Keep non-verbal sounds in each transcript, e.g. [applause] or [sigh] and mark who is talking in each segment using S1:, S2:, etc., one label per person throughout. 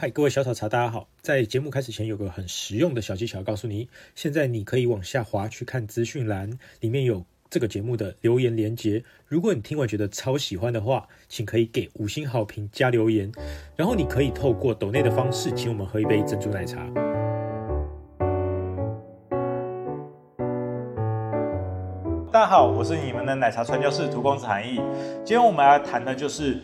S1: 嗨，各位小草茶，大家好。在节目开始前，有个很实用的小技巧，告诉你，现在你可以往下滑去看资讯栏，里面有这个节目的留言连接。如果你听完觉得超喜欢的话，请可以给五星好评加留言。然后你可以透过抖内的方式，请我们喝一杯珍珠奶茶。大家好，我是你们的奶茶传教士涂公子韩毅。今天我们来谈的就是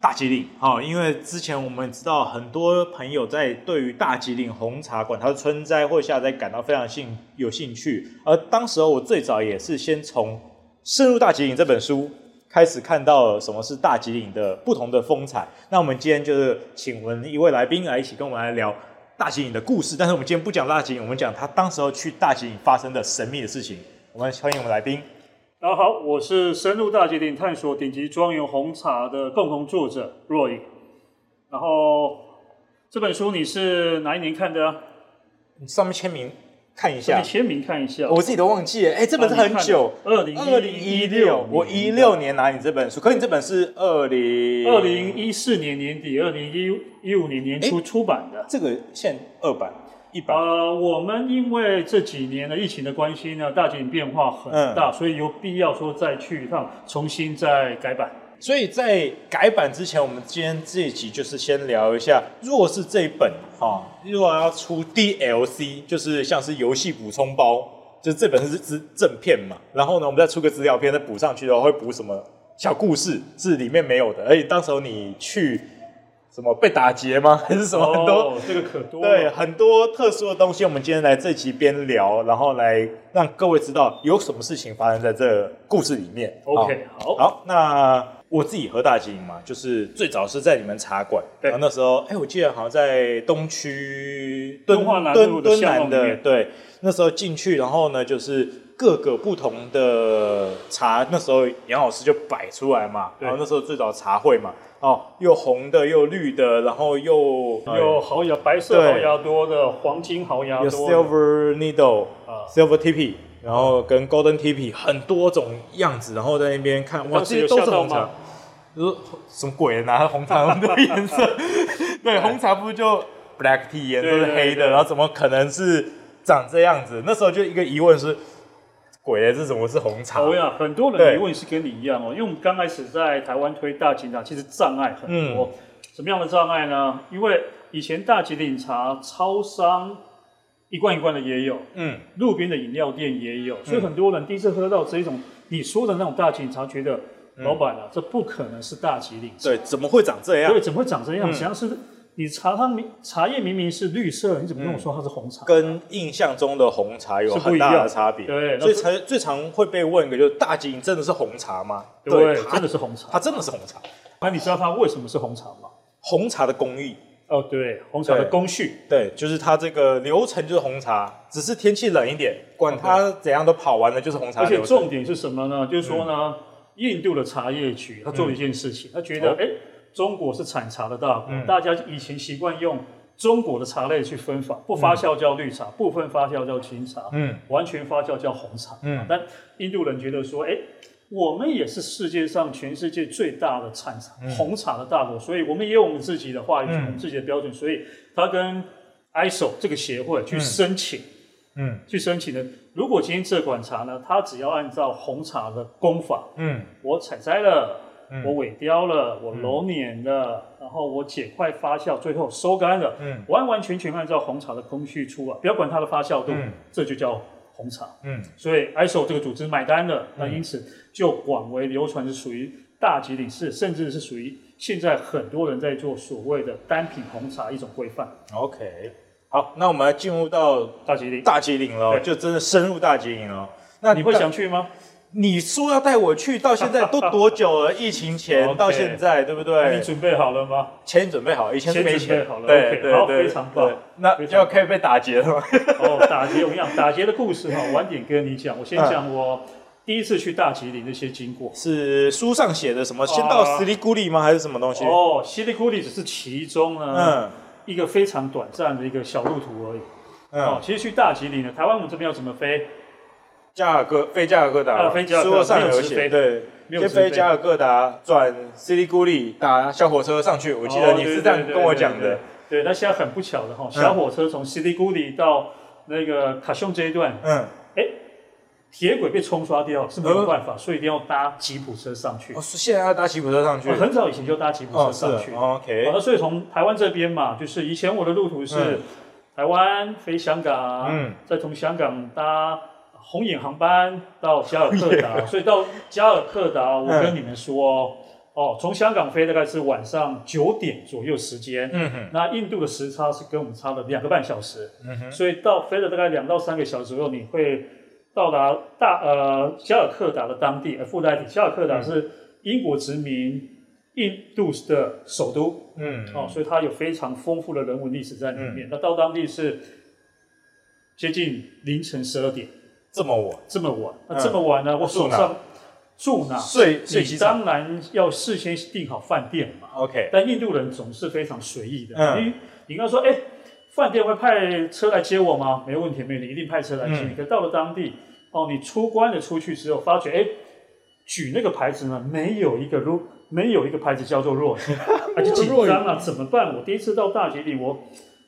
S1: 大吉岭。好，因为之前我们知道很多朋友在对于大吉岭红茶，管它是春摘或夏摘，感到非常兴有兴趣。而当时候我最早也是先从《深入大吉岭》这本书开始看到了什么是大吉岭的不同的风采。那我们今天就是请我们一位来宾来一起跟我们来聊。大吉岭的故事，但是我们今天不讲大吉岭，我们讲他当时候去大吉岭发生的神秘的事情。我们欢迎我们来宾，
S2: 大家好，我是深入大吉岭探索顶级庄园红茶的共同作者 Roy。然后这本书你是哪一年看的、啊？
S1: 你上面签名看一
S2: 这
S1: 下
S2: 边，签名看一下。
S1: 我自己都忘记了。哎、这本是很久，
S2: 二零
S1: 二零一六，我一六年拿你这本书，可你这本是二零
S2: 二零一四年年底，二零一一五年年初出版的。
S1: 这个现二版一版，
S2: 呃，我们因为这几年的疫情的关系呢，大吉岭变化很
S1: 嗯
S2: 大，所以有必要说再去一趟，重新再改版。
S1: 所以在改版之前，我们今天这一集就是先聊一下，如果是这一本哈、如果要出 DLC，就是像是游戏补充包，就是这本是是正片嘛，然后呢，我们再出个资料片，再补上去的话，会补什么小故事是里面没有的，而且当时候你去什么被打劫吗？还是什 [laughs] 么很多、
S2: 哦、这个可多了
S1: 对，很多特殊的东西，我们今天来这集边聊，然后来让各位知道有什么事情发生在这故事里面。
S2: OK，
S1: 好，
S2: 好
S1: 好，那我自己喝大吉岭嘛，就是最早是在你们茶馆，
S2: 对
S1: 然后那时候，哎、我记得好像在东区敦
S2: 敦化南
S1: 敦
S2: 路的
S1: 敦
S2: 巷
S1: 南
S2: 弄里
S1: 的，
S2: 面
S1: 对，那时候进去，然后呢，就是各个不同的茶，那时候杨老师就摆出来嘛，
S2: 对
S1: 然后那时候最早茶会嘛，哦，又红的，又绿的，然后又
S2: 有豪牙白色
S1: 对
S2: 豪牙多的，黄金豪牙
S1: 有
S2: 多的，
S1: silver needle、
S2: 啊
S1: silver tippy，然后跟 golden tippy 很多种样子，然后在那边看，哇，
S2: 当
S1: 这
S2: 时
S1: 些
S2: 有
S1: 都是
S2: 吓到
S1: 红茶
S2: 吗。
S1: 你说什么鬼？啊拿红茶那么多颜
S2: [laughs]
S1: 色？对，红茶不就 black tea 颜色
S2: 对
S1: 是
S2: 对
S1: 黑的，
S2: 对
S1: 然后怎么可能是长这样子？那时候就一个疑问是，鬼嘞，这怎么是红茶？
S2: 我呀，很多
S1: 对
S2: 人疑问是跟你一样哦，因为我们刚开始在台湾推大吉岭茶，其实障碍很多。什么样的障碍呢？因为以前大吉岭茶超商一罐一罐的也有，
S1: 嗯，
S2: 路边的饮料店也有，所以很多人第一次喝到这一种你说的那种大吉岭茶，觉得、老板啊，这不可能是大吉岭茶，
S1: 对，怎么会长这样
S2: 对，？嗯怎么会长这样？实际上是你茶它明茶叶明明是绿色，你怎么跟我说它是红茶？
S1: 跟印象中的红茶有
S2: 是不
S1: 很
S2: 一样
S1: 大的差别，
S2: 对那
S1: 所以才最常会被问一个，就是大吉岭真的是红茶吗？
S2: 对，
S1: 它
S2: 真的是红茶。
S1: 它真的是红茶，
S2: 那你知道它为什么是红茶吗？
S1: 红茶的工艺，
S2: 哦，对，红茶的
S1: 对
S2: 工序。
S1: 对，就是它这个流程就是红茶，只是天气冷一点，管它怎样都跑完了，就是红茶
S2: 而且
S1: 流程。
S2: 重点是什
S1: 嗯
S2: 么呢？就是说呢，印度的茶叶局他做了一件事情，他觉得
S1: 哦嗯
S2: 哎、诶中国是产茶的大国，大家以前习惯用中国的茶类去分法，不发酵叫绿茶，不分发酵叫青茶，
S1: 嗯，
S2: 完全发酵叫红茶。
S1: 嗯
S2: 但印度人觉得说，哎、我们也是世界上全世界最大的产茶、红茶的大国，所以我们也有我们自己的话语权、
S1: 嗯
S2: 我们自己的标准，所以他跟 ISO 这个协会去申请，
S1: 嗯，
S2: 去申请的。如果今天这款茶呢，它只要按照红茶的工法，
S1: 嗯，
S2: 我采摘了，我萎凋了，我揉捻了，然后我解块发酵，最后收干了，
S1: 嗯
S2: 完完全全按照红茶的工序出啊，不要管它的发酵度，
S1: 嗯
S2: 这就叫红茶。
S1: 嗯，
S2: 所以 ISO 这个组织买单了，那因此就广为流传是属于大吉岭市，甚至是属于现在很多人在做所谓的单品红茶一种规范。
S1: OK，好，那我们来进入到
S2: 大吉岭，
S1: 大吉岭了，
S2: 对
S1: 就真的深入大吉岭了。那
S2: 你会
S1: 大
S2: 想去吗？
S1: 你说要带我去，到现在都多久了？疫情前
S2: OK
S1: 到现在，对不
S2: 那你
S1: 对？
S2: 准备好了吗？
S1: 钱准备好，以前是没
S2: 钱准
S1: 钱
S2: 备好，了
S1: 对
S2: OK，
S1: 对
S2: 好
S1: 对，
S2: 非常棒
S1: 对那
S2: 非常
S1: 要可以被打劫了吗？
S2: 哦，打劫我跟你讲，打劫的故事哈，晚点跟你讲。我先
S1: 嗯
S2: 讲我第一次去大吉岭那些经过。
S1: 是书上写的什么？先到十里古里吗？还是什么东西？
S2: 哦，西里库里只是其中呢、
S1: 嗯
S2: 一个非常短暂的一个小路途而已。
S1: 嗯，，
S2: 哦其实去大吉岭呢，台湾我们这边要怎么飞？
S1: 加尔各非加尔各
S2: 啊
S1: 达，
S2: 非加尔各
S1: 书
S2: 达
S1: 上
S2: 没有
S1: 有
S2: 直
S1: 写，
S2: 飞
S1: 对，
S2: 没有
S1: 先
S2: 直飞
S1: 飞加尔各达，转十里古里，打小火车上去。我记得
S2: 哦
S1: 你是这样跟我讲。
S2: 对对对对
S1: 的嗯
S2: 对，对，那现在很不巧的哈，小火车从西里古里到那个卡雄这一段，
S1: 嗯，
S2: 铁轨被冲刷掉是没
S1: 呃
S2: 有办法，所以一定要搭吉普车上去。
S1: 我是现在要搭吉普车上去
S2: 我，哦很早以前就搭吉普车
S1: 哦哦，是
S2: 上去，
S1: 哦，OK，
S2: 啊，所以从台湾这边嘛，就是以前我的路途是
S1: 嗯
S2: 台湾飞香港，
S1: 嗯
S2: 再从香港搭红眼航班到加尔各答，所以到加尔各答，
S1: 嗯
S2: 我跟你们说，哦，从香港飞大概是晚上九点左右时间。
S1: 嗯哼，
S2: 那印度的时差是跟我们差了两个半小时，
S1: 嗯哼，
S2: 所以到飞了大概两到三个小时左右，你会到达大呃加尔各答的当地。呃，附带提，加尔
S1: 嗯
S2: 各答是英国殖民印度的首都，
S1: 嗯，
S2: 哦，所以它有非常丰富的人文历史在里面。那到当地是接近凌晨十二点，
S1: 这么晚，
S2: 这么晚。那
S1: 嗯
S2: 这么晚呢？我手上住哪？
S1: 睡睡
S2: 你
S1: 机场
S2: 当然要事先订好饭店嘛。
S1: ，OK，
S2: 但印度人总是非常随意的。
S1: 嗯
S2: 你你刚说，哎、饭店会派车来接我吗？没问题，没问题，一定派车来接你。
S1: 嗯
S2: 可到了当地，哦，你出关了出去之后，发觉，哎、举那个牌子呢，没有一个如没有一个牌子叫做
S1: [laughs]
S2: 若雨，啊，就紧张了，怎么办？我第一次到大吉岭，我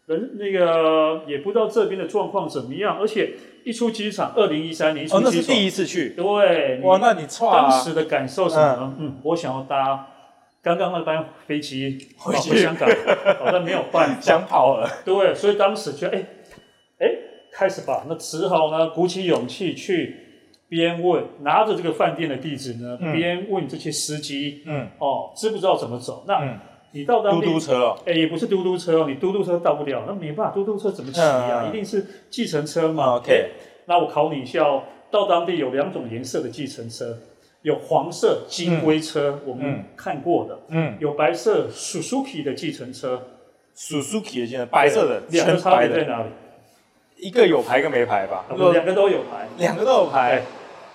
S2: 人那个也不知道这边的状况怎么样，而且一出机场，二零一三年一
S1: 哦
S2: 出，
S1: 那
S2: 机
S1: 是
S2: 场，
S1: 第一次去，
S2: 对，
S1: 哇，那你错
S2: 当
S1: 啊，
S2: 时的感受是什么呢？嗯我想要搭刚刚那班飞机
S1: 回
S2: 哦
S1: 去
S2: 香港，好像没有
S1: [laughs]
S2: 办法。
S1: 想跑了，
S2: 对，所以当时就哎哎开始吧，那只好呢鼓起勇气去边问，拿着这个饭店的地址呢，
S1: 嗯
S2: 边问这些司机
S1: 嗯
S2: 哦，知不知道怎么走？那
S1: 嗯，
S2: 你到当
S1: 嘟
S2: 地
S1: 嘟车哦，
S2: 哎，也不是嘟嘟车哦，你嘟嘟车到不了，那没办法，嘟嘟车怎么骑啊？
S1: 嗯嗯
S2: 一定是计程车嘛。
S1: 啊 OK
S2: 那我考你一下哦，到当地有两种颜色的计程车，有黄色金龟车，我们
S1: 嗯
S2: 看过的，
S1: 嗯
S2: 有白色 Suzuki 的计程车，
S1: ，Suzuki 的现在白色的，
S2: 两个
S1: 全
S2: 差
S1: 白
S2: 别在
S1: 的，
S2: 哪里？
S1: 一个有牌，一个没牌吧
S2: 啊，不两个都有牌，
S1: 两个都有牌
S2: 哎，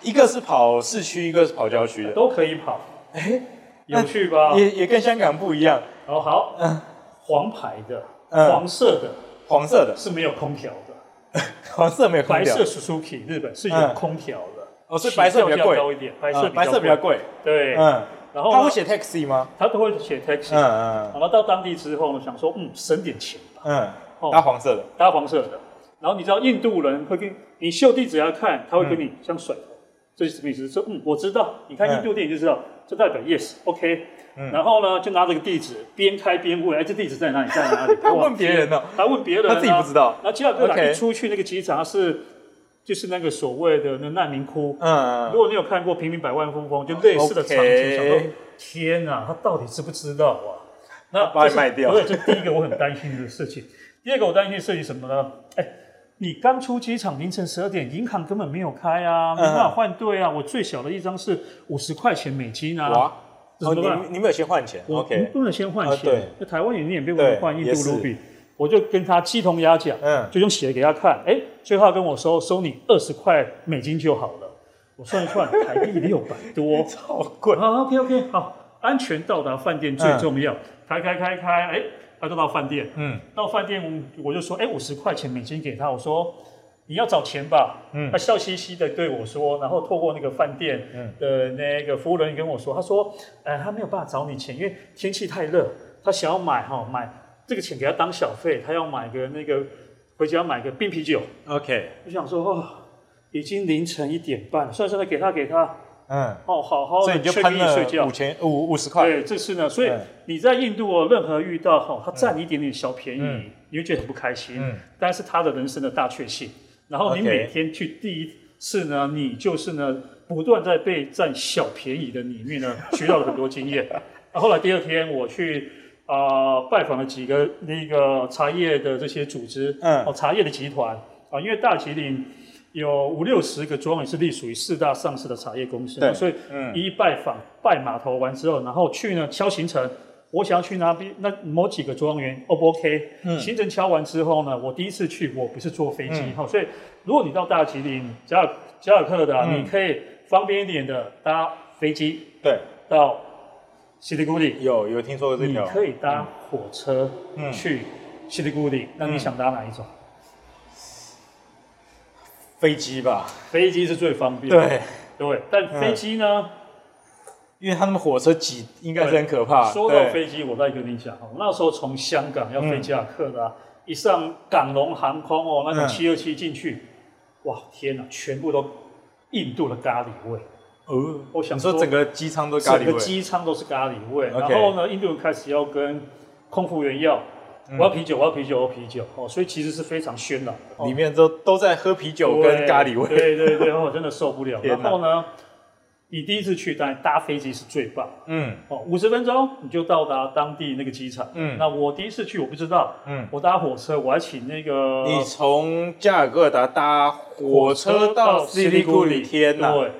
S1: 一个是跑市区，一个是跑郊区的，
S2: 都可以跑，
S1: 哎，
S2: 有趣吧？
S1: 也也跟香港不一样，
S2: 好好，
S1: 嗯
S2: 黄牌的、
S1: 嗯
S2: 黄色的
S1: 黄色的， [laughs]
S2: 是没有空调的，
S1: 黄色没有空
S2: 白
S1: 调
S2: 色，Suzuki 日本是有
S1: 嗯
S2: 空调的。
S1: 哦，所以白色比
S2: 起
S1: 较
S2: 跳价
S1: 贵，
S2: 高一点，白色
S1: 嗯白色比较贵，
S2: 对，
S1: 嗯，
S2: 然后呢
S1: 他会写 taxi 吗？
S2: 他都会写 taxi，、
S1: 嗯嗯
S2: 然后到当地之后呢，想说嗯省点钱吧，
S1: 嗯，
S2: 哦
S1: 搭黄色的，
S2: 搭黄色的。然后你知道印度人会跟你秀地址要看，他会跟你像甩头，这是什么意思？说嗯我知道，你看
S1: 嗯
S2: 印度电影就知道，这代表 yes OK。
S1: 嗯
S2: 然后呢就拿这个地址边开边问，哎这地址在哪里在哪里？
S1: [laughs] 他问别人哦，
S2: 还问别人、啊，
S1: 他自己不知道。
S2: 然后吉尔各答
S1: OK
S2: 一出去那个机场它是就是那个所谓的那难民窟，
S1: 嗯，
S2: 如果你有看过《平民百万风光》，就类似的场景
S1: OK
S2: 想到天哪，他到底知不知道
S1: [laughs]
S2: 啊？那
S1: 把你
S2: 这是
S1: 卖掉
S2: 对，这第一个我很担心的事情。第二个我担心的事情什么呢？哎，你刚出机场凌晨十二点，银行根本没有开啊，没
S1: 嗯
S2: 办法换兑啊。我最小的一张是五十块钱美金啊，
S1: 哇，
S2: 这怎么办
S1: 哦，你你们有先换钱
S2: 我你
S1: ，OK，
S2: 不能先换
S1: 啊对
S2: 钱。那台湾也你也被我换印
S1: 对也
S2: 度
S1: 是
S2: 卢比，我就跟他鸡同鸭讲，
S1: 嗯
S2: 就用写给他看，哎，最后他跟我说收你二十块美金就好了。我算一算，
S1: [laughs]
S2: 台币六百多，
S1: 好贵，
S2: 好，OK OK，好，安全到达饭店最重要。开开开开，哎、他就到饭店，
S1: 嗯
S2: 到饭店我就说，哎、5五十块钱美金给他，我说你要找钱吧，
S1: 嗯
S2: 他笑嘻嘻的对我说，然后透过那个饭店
S1: 嗯
S2: 的那个服务人员跟我说，他说，呃，他没有办法找你钱，因为天气太热，他想要买哈、买这个钱给他当小费，他要买个那个回家买个冰啤酒，
S1: ，OK，
S2: 我想说，哦，已经凌晨一点半了，算了算了，给他给他。
S1: 嗯，
S2: 哦，好好
S1: 所
S2: 的
S1: 以你就
S2: 确
S1: 喷
S2: 定睡
S1: 了
S2: 觉
S1: 五。千五五十块，
S2: 对，这次呢，所以
S1: 嗯
S2: 你在印度哦，任何遇到哈、哦，他占你一点点小便宜，
S1: 嗯
S2: 你会觉得很不开心，
S1: 嗯
S2: 但是他的人生的大确幸。然后你
S1: OK
S2: 每天去第一次呢，你就是呢，不断在被占小便宜的里面呢，学到了很多经验。 [laughs] 然后后来第二天我去啊、呃拜访了几个那个茶叶的这些组织，
S1: 嗯
S2: 哦，茶叶的集团啊，因为大吉岭有五六十个庄园是隶属于四大上市的茶叶公司，
S1: 对
S2: 所以
S1: 嗯
S2: 一拜访拜码头完之后，然后去呢敲行程。我想要去那边那某几个庄园，O 不 OK？、
S1: 嗯
S2: 行程敲完之后呢，我第一次去，我不是坐飞机
S1: 嗯
S2: 哈、所以如果你到大吉岭、加尔加尔各
S1: 嗯
S2: 答，啊你可以方便一点的搭飞机
S1: 对，
S2: 到西里古里，
S1: 有有听说过这
S2: 你
S1: 条，
S2: 可以搭火车
S1: 嗯
S2: 去西里古里。那你
S1: 嗯
S2: 想搭哪一种？
S1: 飞机吧，
S2: 飞机是最方便的。
S1: 对，嗯
S2: 对，但飞机呢，
S1: 因为他们火车挤应该是很可怕。
S2: 说到
S1: 对
S2: 飞机，我再跟你讲哦，那时候从香港要飞啊加尔各答，一上港龙航空哦，那
S1: 嗯
S2: 种七二七进去，哇，天哪，全部都印度的咖喱味。
S1: 哦，
S2: 我想
S1: 你说
S2: 说
S1: 整个机舱都咖
S2: 整
S1: 喱
S2: 个
S1: 味，
S2: 机舱都是咖喱味。
S1: OK
S2: 然后呢，印度人开始要跟空服员要，
S1: 嗯
S2: 我要啤酒，我要啤酒，我要啤酒哦，所以其实是非常喧闹的。哦
S1: 里面都都在喝啤酒跟咖喱味。
S2: 对对对对，我真的受不了。
S1: 天
S2: 然
S1: 哪
S2: 后呢，你第一次去，当然搭飞机是最棒
S1: 嗯
S2: 哦，五十分钟你就到达当地那个机场。
S1: 嗯
S2: 那我第一次去，我不知道，
S1: 嗯，
S2: 我搭火车，我还请那个
S1: 你从加尔各答搭火车到西里库里，天
S2: 呐，
S1: 呐！
S2: 对，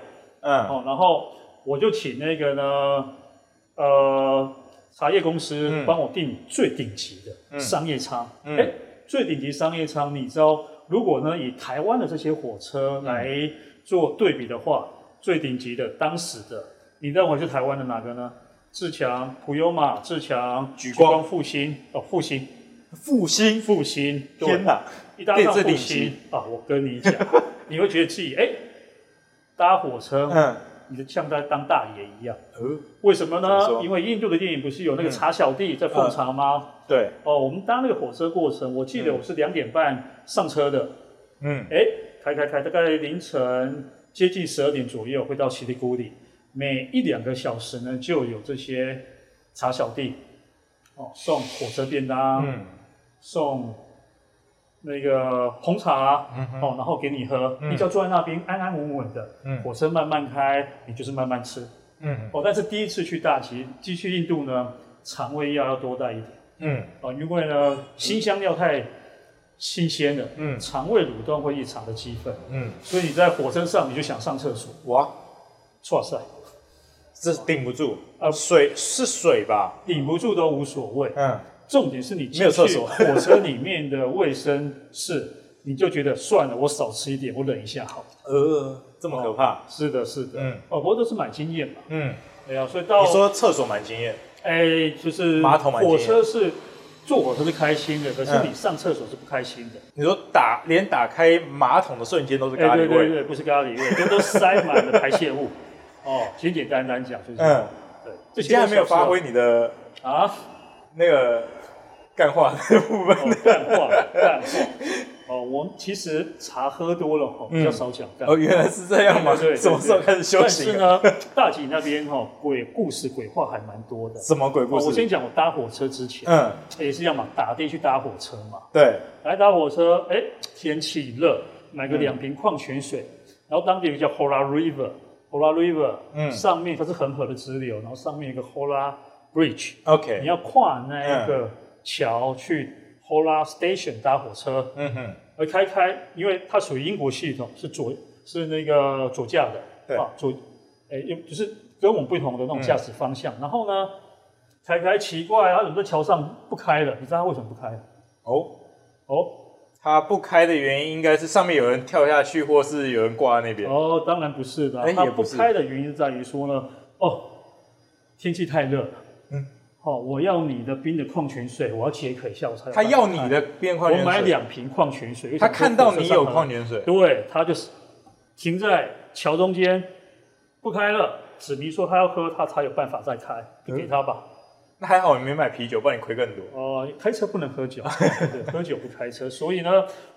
S1: 嗯
S2: 哦，然后我就请那个呢，呃，茶叶公司
S1: 嗯
S2: 帮我订最顶级的
S1: 嗯
S2: 商业舱。哎、
S1: 嗯
S2: 最顶级商业舱，你知道，如果呢以台湾的这些火车来
S1: 嗯
S2: 做对比的话，最顶级的当时的，你认为是台湾的哪个呢？自强、普悠玛、自强、
S1: 举光
S2: 复兴哦，复兴、
S1: 复兴，
S2: 复兴，对
S1: 天哪！
S2: 一搭上
S1: 这也是
S2: 复
S1: 顶级
S2: 兴啊，我跟
S1: [laughs]
S2: 你讲，你会觉得自己哎、搭火车
S1: 嗯，
S2: 你就像在当大爷一样。
S1: 哦，
S2: 为什么
S1: 怎么
S2: 呢？
S1: 说
S2: 因为印度的电影不是有那个茶小弟在奉茶吗？
S1: 对，
S2: 哦，我们搭那个火车过程，我记得我是两点半上车的，
S1: 嗯
S2: 哎、开开开，大概凌晨接近十二点左右会到奇里古里，每一两个小时呢就有这些茶小弟，哦，送火车便当，
S1: 嗯
S2: 送那个红茶，
S1: 嗯哼
S2: 哦，然后给你喝，
S1: 嗯
S2: 你只要坐在那边安安稳稳的，
S1: 嗯
S2: 火车慢慢开，你就是慢慢吃。
S1: 嗯
S2: 哦，但是第一次去大吉，继续印度呢，肠胃药要多带一点
S1: 嗯
S2: 哦，因为呢新香料太新鲜了，
S1: 嗯
S2: 肠胃蠕动会异常的激愤，
S1: 嗯，
S2: 所以你在火车上你就想上厕所，
S1: 哇，
S2: 哇塞，
S1: 这顶不住
S2: 呃
S1: 水是水吧？
S2: 顶不住都无所谓，
S1: 嗯，
S2: 重点是你进去
S1: 没有厕所
S2: 火车里面的卫生室， [laughs] 你就觉得算了，我少吃一点，我忍一下好了。
S1: 呃，这么可怕？
S2: 是的，是的，
S1: 嗯
S2: 哦，不过都是买经验嘛，
S1: 嗯，
S2: 对啊，所以到
S1: 你说厕所蛮惊艳，
S2: 哎，就是
S1: 马桶蛮
S2: 火
S1: 经
S2: 车是坐火车是开心的，可是
S1: 嗯
S2: 你上厕所是不开心的。
S1: 你说打连打开马桶的瞬间都是
S2: 哎，
S1: 咖
S2: 对
S1: 喱
S2: 对
S1: 味，
S2: 对，不是咖喱味，这都塞满了排
S1: [laughs]
S2: 泄物。哦，简简单单讲就是这样，
S1: 嗯，
S2: 对，
S1: 你
S2: 这
S1: 今天还没有发挥你的
S2: 啊，
S1: 那个干话的部分。
S2: 哦干话干话。哦，我们其实茶喝多了哈，比较
S1: 嗯
S2: 少讲干话。
S1: 哦，原来是这 [laughs] 样吗？
S2: 对对对
S1: 什么时候开始修
S2: 但是
S1: 行、啊？
S2: 呢，大吉那边哈鬼故事鬼话还蛮多的。
S1: 什么鬼故
S2: 哦
S1: 事？
S2: 我先讲我搭火车之前，
S1: 嗯，
S2: 也是一样嘛，打的去搭火车嘛。
S1: 对，
S2: 来搭火车，哎，天气热，买个两瓶矿泉水，然后当地有个叫 Hola River，Hola River，
S1: 嗯
S2: 上面它是恒河的支流，然后上面有一个 Hola Bridge，你
S1: ，OK，
S2: 要跨那一
S1: 嗯
S2: 个桥去 Hola Station 搭火车，
S1: 嗯哼，
S2: 而开开，因为它属于英国系统，是左是那个左驾的，
S1: 对
S2: 啊，左，哎，又就是跟我们不同的那种驾驶方向，然后呢，开开奇怪啊，它怎么在桥上不开了？你知道它为什么不开了？
S1: 哦，
S2: 哦。
S1: 它不开的原因应该是上面有人跳下去，或是有人挂在那边。
S2: 哦，当然不是的啊
S1: 哎，
S2: 它
S1: 也不
S2: 不
S1: 是
S2: 开的原因是在于说呢，哦，天气太热了，
S1: 嗯，
S2: 好、我要你的冰的矿泉水，我要解渴一下，我才有
S1: 他
S2: 办法
S1: 要你的变
S2: 开，
S1: 矿
S2: 我
S1: 泉
S2: 买
S1: 水，
S2: 两嗯瓶矿泉水，
S1: 他看到你有矿
S2: 泉
S1: 泉水，
S2: 对，他就是停在桥中间，不开了，子明说他要喝，他才有办法再开，就给他
S1: 嗯
S2: 吧。
S1: 那还好你没买啤酒，不然你亏更多。
S2: 哦、开车不能喝酒，对，喝酒不开车，所以呢，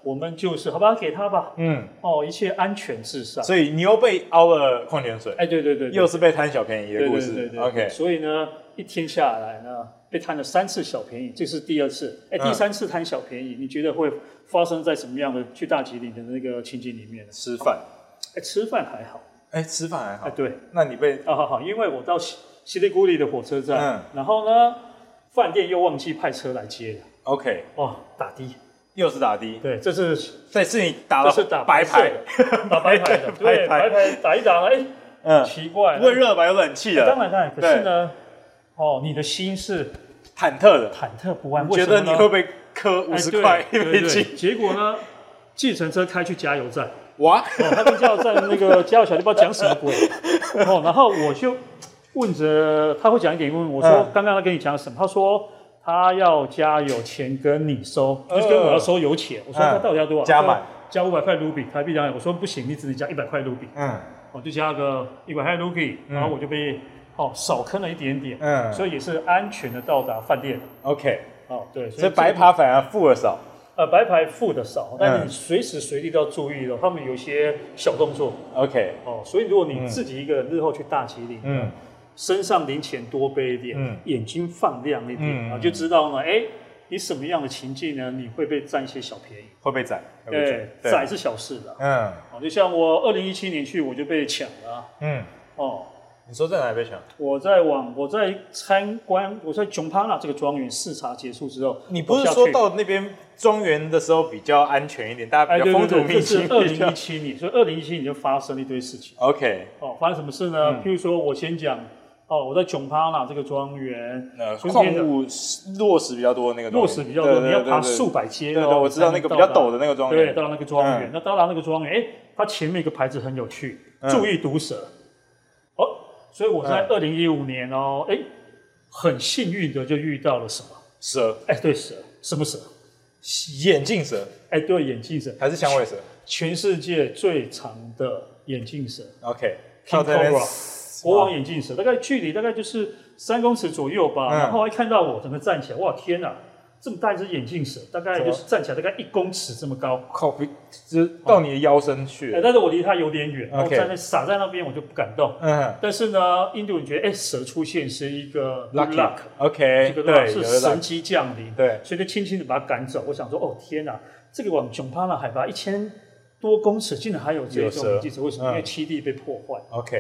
S2: 我们就是好吧，给他吧，
S1: 嗯，
S2: 哦，一切安全至上。
S1: 所以你又被凹了矿泉水，
S2: 哎，对对对对
S1: 又是被贪小便宜的
S2: 对
S1: 故
S2: 对
S1: 事。
S2: 对对
S1: OK，
S2: 所以呢，一天下来呢，被贪了三次小便宜，这是第二次。哎，
S1: 嗯
S2: 第三次贪小便宜，你觉得会发生在什么样的去大吉岭的那个情景里面呢？
S1: 吃饭，
S2: 哎，吃饭还好，
S1: 哦哎，吃饭还好
S2: 哎，。对，
S1: 那你被
S2: 啊好好，因为我到西西里古里的火车站，
S1: 嗯
S2: 然后呢，饭店又忘记派车来接了，
S1: OK，
S2: 哦，打的，
S1: 又是打的，
S2: 对，这是
S1: 这次你打
S2: 这
S1: 了
S2: 是打
S1: 白牌，
S2: 的，打白牌的，对，
S1: [laughs] 白牌
S2: 白牌打一打，哎，
S1: 嗯，
S2: 奇怪，
S1: 不会热吧？有冷气
S2: 当
S1: 了，
S2: 然当然，可是呢，哦，你的心是
S1: 忐忑的。
S2: 忐忑不安，为
S1: 觉
S2: 什么
S1: 得
S2: 呢
S1: 你会被磕五
S2: 哎
S1: 十
S2: 对
S1: 块一
S2: 对
S1: 杯
S2: 对
S1: 金？
S2: 结果呢，计程车开去加油站，
S1: 哇，
S2: 哦，他跟加油站那
S1: [laughs]
S2: 个加油小弟不知道讲什么鬼，哦，然后我就问着他会讲一点英文，我说、
S1: 嗯
S2: 刚刚他跟你讲什么？他说。他要加油钱跟你收，
S1: 呃
S2: 就是跟我要收油钱。我说
S1: 嗯
S2: 他到底要多少？
S1: 加满
S2: 他说加五百块卢比，台币哦两百。我说不行，你只能加一百块卢比。
S1: 嗯
S2: 我就加个一百块卢比，然后我就被哦，少坑了一点点，
S1: 嗯，
S2: 所以也是安全的到达饭店。
S1: OK，
S2: 哦，对，
S1: 所以
S2: 这
S1: 白
S2: 个
S1: 爬反而付了少。
S2: 呃白牌付的少，但
S1: 嗯
S2: 是你随时随地都要注意哦，他们有一些小动作
S1: OK，
S2: 哦，所以如果
S1: 嗯
S2: 你自己一个人日后去大吉岭，
S1: 嗯
S2: 身上零钱多备一点，
S1: 嗯
S2: 眼睛放亮一点，
S1: 嗯
S2: 然后就知道了，哎，你什么样的情境呢？你会被占一些小便宜，
S1: 会被宰，会被
S2: 对，
S1: 宰
S2: 宰，是小事的啊。
S1: 嗯
S2: 哦，就像我二零一七年去，我就被抢了啊、
S1: 嗯，
S2: 哦，
S1: 你说在哪里被抢？
S2: 我在往我在参观我在琼帕纳这个庄园视察结束之后，
S1: 你不是
S2: 我下
S1: 说
S2: 去
S1: 到那边庄园的时候比较安全一点，大家
S2: 哎
S1: 比
S2: 对
S1: 较
S2: 对
S1: 风土
S2: 对，
S1: 民
S2: 这
S1: 情
S2: 是二
S1: 比
S2: 零
S1: 较
S2: 一七年，所以二零一七年就发生了一堆事情。
S1: ？OK，
S2: 哦，发生什么事呢？
S1: 嗯
S2: 譬如说我先讲哦，我在琼帕纳这个庄园，
S1: 那
S2: 春
S1: 呃矿
S2: 天的
S1: 物是落石比较多那个
S2: 落
S1: 庄园，
S2: 石比较多，
S1: 对
S2: 你要爬。
S1: 对对对
S2: 数百阶
S1: 对
S2: 楼
S1: 对，我知道那个比较陡
S2: 的。
S1: 的那个庄
S2: 对，
S1: 园。
S2: 到达那个庄园，那到达那个庄园，哎，它前面一个牌子很有趣，
S1: 嗯
S2: 注意毒蛇。哦，所以我在二零一五年哦，哎，很幸运的就遇到了什么？
S1: 蛇，
S2: 哎，对蛇，什么蛇？
S1: 眼镜蛇
S2: 哎，对，眼镜蛇，
S1: 还是响尾蛇
S2: 全世界最长的眼镜蛇，
S1: ？OK，
S2: King
S1: 跳在那边
S2: Cobra，国王眼镜蛇，大概距离大概就是三公尺左右吧。
S1: 嗯
S2: 然后一看到我，整个站起来，哇，天哪！这么大一只眼镜蛇，大概就是站起来大概一公尺这么高。
S1: 靠，比就是到你的腰身去
S2: 哎，
S1: 了。
S2: 但是我离它有点远，
S1: OK
S2: 我站在傻在那边，我就不敢动。
S1: 嗯
S2: 但是呢，印度人觉得，哎，蛇出现是一个 good luck，
S1: ，lucky，OK，
S2: 这个 luck
S1: 对，有
S2: 是
S1: 的
S2: 神
S1: luck，
S2: 机降临，
S1: 对，
S2: 所以就轻轻的把它赶走。我想说，哦天哪，这个往囧帕那海拔一千多公尺，竟然还有这
S1: 有蛇
S2: 种记者，为什么？
S1: 嗯
S2: 因为栖地被破坏。
S1: OK，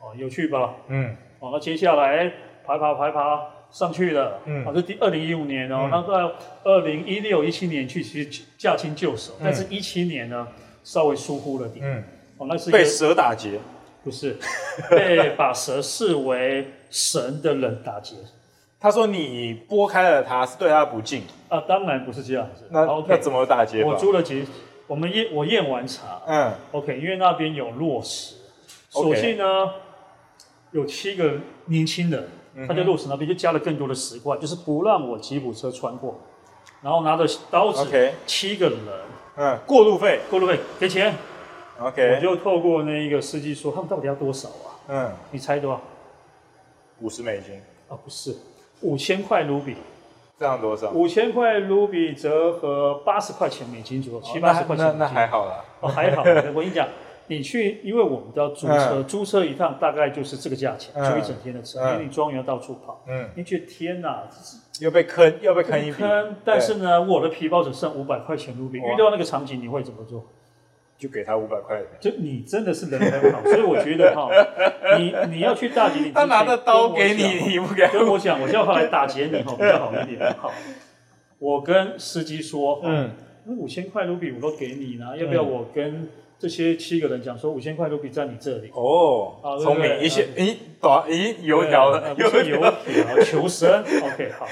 S2: 哦，有趣吧？
S1: 嗯
S2: 哦，那接下来爬爬爬爬上去了，
S1: 嗯
S2: 嗯，哦，这第二零一五年哦
S1: 嗯，
S2: 那到二零一六一七年去，其实驾轻就熟，但是一七年呢稍微疏忽了点，
S1: 嗯，
S2: 哦，那是一个
S1: 被蛇打劫，
S2: 不是被把蛇视为神的人打劫
S1: 他说你拨开了他，是对他不敬，
S2: 啊？当然不是这样子，
S1: 那
S2: OK，
S1: 那怎么打劫
S2: 我
S1: 法？
S2: 租了几，我们验我验完查
S1: 嗯
S2: ，OK，因为那边有落石，
S1: OK
S2: 所幸呢有七个年轻人，
S1: 嗯哼
S2: 他在落石那边就加了更多的石块，就是不让我吉普车穿过，然后拿着刀子
S1: OK
S2: 七个人
S1: 嗯，过路费
S2: 过路费给钱，我
S1: ，OK，
S2: 就透过那一个司机说他们到底要多少啊？
S1: 嗯，
S2: 你猜多少？
S1: 五十美金，
S2: 啊，不是五千块卢比。
S1: 这样多少？
S2: 五千块卢比折合八十块钱美金左右，七八
S1: 那
S2: 十块
S1: 那
S2: 钱美
S1: 那
S2: 金。
S1: 还好啦。
S2: 哦还好，
S1: [laughs]
S2: 我跟你讲，你去，因为我们都要租车，租车一趟大概就是这个价钱，
S1: 嗯
S2: 租一整天的车，
S1: 嗯
S2: 因为你庄园要到处跑。
S1: 嗯，
S2: 你觉得天哪，这是
S1: 又被坑，又被坑一笔，
S2: 坑！但是呢，我的皮包只剩五百块钱卢比，
S1: 哇
S2: 遇到那个场景你会怎么做？
S1: 就给他五百块钱。
S2: 就你真的是人很
S1: [laughs]
S2: 好，所以我觉得哈，你你要去大吉岭之前，
S1: 他拿着刀给
S2: 跟我讲
S1: 你，你不给他
S2: 跟我讲，我叫他来打劫你哈，比较好一点。好，我跟司机说，嗯，
S1: 嗯
S2: 那五千块卢比我都给你了，要不要我跟这些七个人讲说五千块卢比在你这里？
S1: 哦，
S2: 哦
S1: 聪明，
S2: 对
S1: 一
S2: 对
S1: 些，咦，短，咦，油条
S2: 对
S1: 了，
S2: 呃不是油
S1: 条，
S2: 条，求生。OK，好。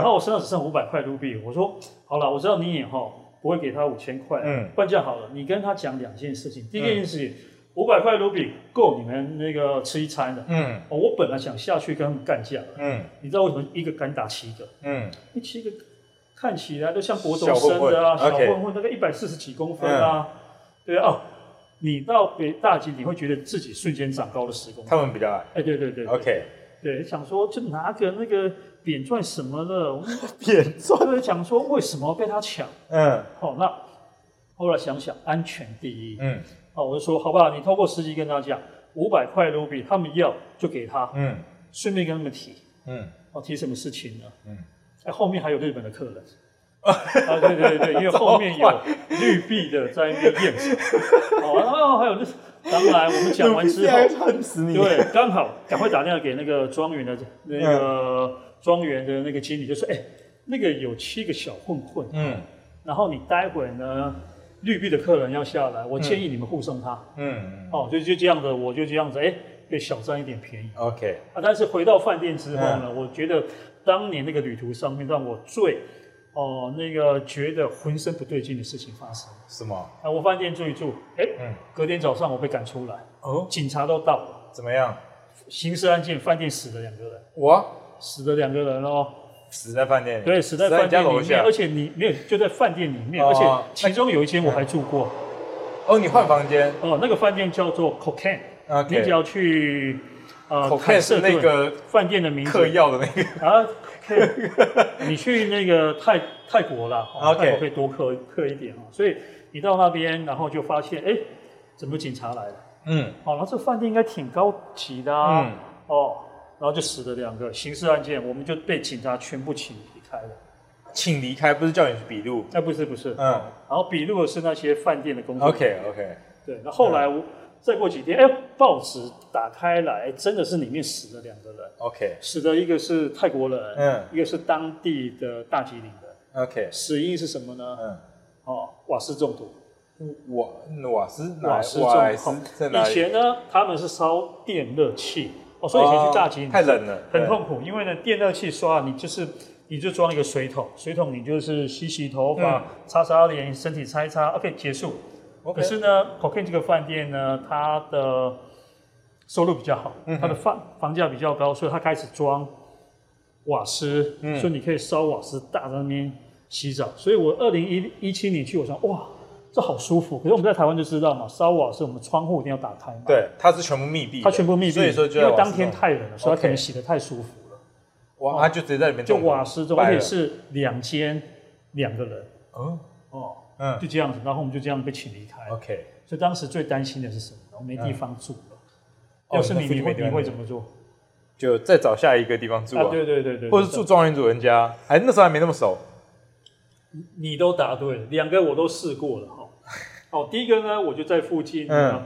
S1: [laughs] 嗯
S2: 后我身上只剩五百块卢比，我说好了，我知道你以后不会给他五千块，
S1: 嗯
S2: 嗯，不然这样好了，你跟他讲两件事情。第一件事情，五百块卢比够你们那个吃一餐的。
S1: 嗯
S2: 哦，我本来想下去跟他们干架的，
S1: 嗯
S2: 你知道为什么一个敢打七个？
S1: 嗯，
S2: 那七个看起来都像国
S1: 小
S2: 中
S1: 混
S2: 生
S1: 混
S2: 的啊，小
S1: OK 嗯
S2: 混混，大概一百四十几公分啊，对啊，哦，你到北大吉，你会觉得自己瞬间长高了十公分。
S1: 他们比较矮。
S2: 哎，对对对
S1: OK，
S2: 对，想说就拿个那个扁钻什么的，我们
S1: 扁重，
S2: 就是想说为什么被他抢？
S1: 嗯
S2: 哦，那后来想想，安全第一。
S1: 嗯
S2: 哦，我就说好不好？你透过司机跟他讲，五百块卢比，他们要就给他，
S1: 嗯
S2: 顺便跟他们提。
S1: 嗯
S2: 哦，提什么事情呢？
S1: 嗯
S2: 嗯，哎，后面还有日本的客人。啊，对对对，因为后面有绿币的在那边验证。哦，然后还有就是，当然我们讲完之后，
S1: 恨死你
S2: 对，刚好赶快打电话给那个庄园的那个庄园的那个经理，就说，哎，那个有七个小混混，
S1: 嗯
S2: 然后你待会呢，绿币的客人要下来，我建议你们护送他。
S1: 嗯
S2: 哦，就就这样子，我就这样子，哎，被小占一点便宜。
S1: ，OK，
S2: 啊，但是回到饭店之后呢，
S1: 嗯
S2: 我觉得当年那个旅途上面让我最哦、那个觉得浑身不对劲的事情发生。
S1: 什么？
S2: 啊，我饭店住一住，哎、
S1: 嗯
S2: 隔天早上我被赶出来，
S1: 哦，
S2: 警察都到了，
S1: 怎么样？
S2: 刑事案件，饭店死了两个人，
S1: 我
S2: 死了两个人哦，
S1: 死在饭店里，
S2: 对，死在
S1: 你
S2: 饭
S1: 家
S2: 店
S1: 楼
S2: 里面，
S1: 下
S2: 而。且你没有就在饭店里面，
S1: 哦
S2: 而且其中有一间我还住过，
S1: 哦，你换房间
S2: 哦、那个饭店叫做 Cocaine，你只
S1: ，OK，
S2: 要去呃
S1: 口看
S2: 凯
S1: 是
S2: 瑟
S1: 那
S2: 顿
S1: 个
S2: 饭店的名
S1: 嗑
S2: 字
S1: 药的那
S2: [laughs]
S1: 个，
S2: 啊，可
S1: [laughs]
S2: 以，你去那个泰泰国啦，哦
S1: OK
S2: 泰国可以多刻刻一点啊。所以你到那边，然后就发现，哎，怎么警察来了？
S1: 嗯
S2: 哦，然后这饭店应该挺高级的啊，
S1: 嗯，
S2: 哦，然后就死了两个刑事案件，我们就被警察全部请离开了。
S1: 请离开，不是叫你去笔录，
S2: 哎，不是不是，
S1: 嗯
S2: 然后笔录的是那些饭店的工作人员
S1: ，OK 嗯 OK，
S2: 对，那后来我再过几天，哎，报纸打开来，哎真的是里面死了两个人，
S1: OK
S2: 死的一个是泰国人，
S1: 嗯
S2: 一个是当地的大吉岭人。
S1: OK，
S2: 死因是什么呢？
S1: 嗯，
S2: 哦，瓦斯中毒。
S1: 瓦瓦斯哪
S2: 瓦斯
S1: 瓦
S2: 中
S1: 斯
S2: 毒
S1: 在哪
S2: 以
S1: 里？
S2: 前呢，他们是烧电热器，哦，所以以前去大吉岭、
S1: 哦太冷了，
S2: 很
S1: 对
S2: 痛苦，因为呢，电热器刷你就是你就装一个水桶，水桶你就是洗洗头发、
S1: 嗯
S2: 擦擦脸、身体擦一擦，OK 结束。
S1: OK
S2: 可是呢 c o c a i n 这个饭店呢，它的收入比较好，
S1: 嗯
S2: 它的房房价比较高，所以它开始装瓦斯，
S1: 嗯
S2: 所以你可以烧瓦斯，大在那边洗澡。所以我二零一一七年去，我想哇，这好舒服。可是我们在台湾就知道嘛，烧瓦斯我们窗户一定要打开嘛，，
S1: 对，它是全部密闭的，
S2: 它全部密闭，
S1: 所以说就
S2: 因
S1: 在
S2: 为
S1: 瓦斯
S2: 当天
S1: 中
S2: 太冷了，所以它可
S1: OK
S2: 能洗得太舒服了。
S1: 哇，它就直接在里面
S2: 就
S1: 中毒
S2: 瓦斯中，
S1: 白
S2: 而
S1: 了
S2: 且是两间两个人
S1: 嗯
S2: 哦，
S1: 嗯
S2: 就这样子，然后我们就这样被请离开。
S1: OK，
S2: 所以当时最担心的是什么呢？我没地方住了。
S1: 哦
S2: 要是
S1: 那
S2: 你，
S1: 附近
S2: 你会
S1: 没地
S2: 你
S1: 方
S2: 会
S1: 住
S2: 怎么做？啊
S1: 就再找下一个地方住啊，
S2: 对对对对，
S1: 或者是住庄园主人家，哎，那时候还没那么熟，
S2: 你都答对了，两个我都试过
S1: [laughs]
S2: 了哈。哦，第一个呢，我就在附
S1: 嗯
S2: 近呢，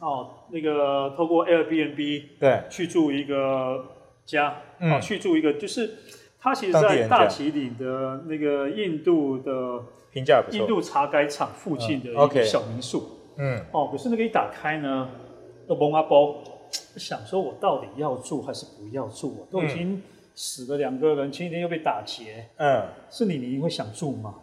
S2: 哦，那个透过 Airbnb
S1: 对，
S2: 去住一个家，
S1: 嗯
S2: 哦，去住一个就是。它其实，
S1: 当地
S2: 在
S1: 人
S2: 大
S1: 家
S2: 吉岭的那个印度的
S1: 评价也不
S2: 印
S1: 错，
S2: 度茶改厂附近的
S1: 嗯
S2: 一
S1: ，OK
S2: 个小民宿。
S1: 嗯
S2: 哦，可是那个一打开呢，那蒙阿包，想说我到底要住还是不要住？我都已经死了两个人，前几天又被打劫，
S1: 嗯，
S2: 是你，你会想住吗？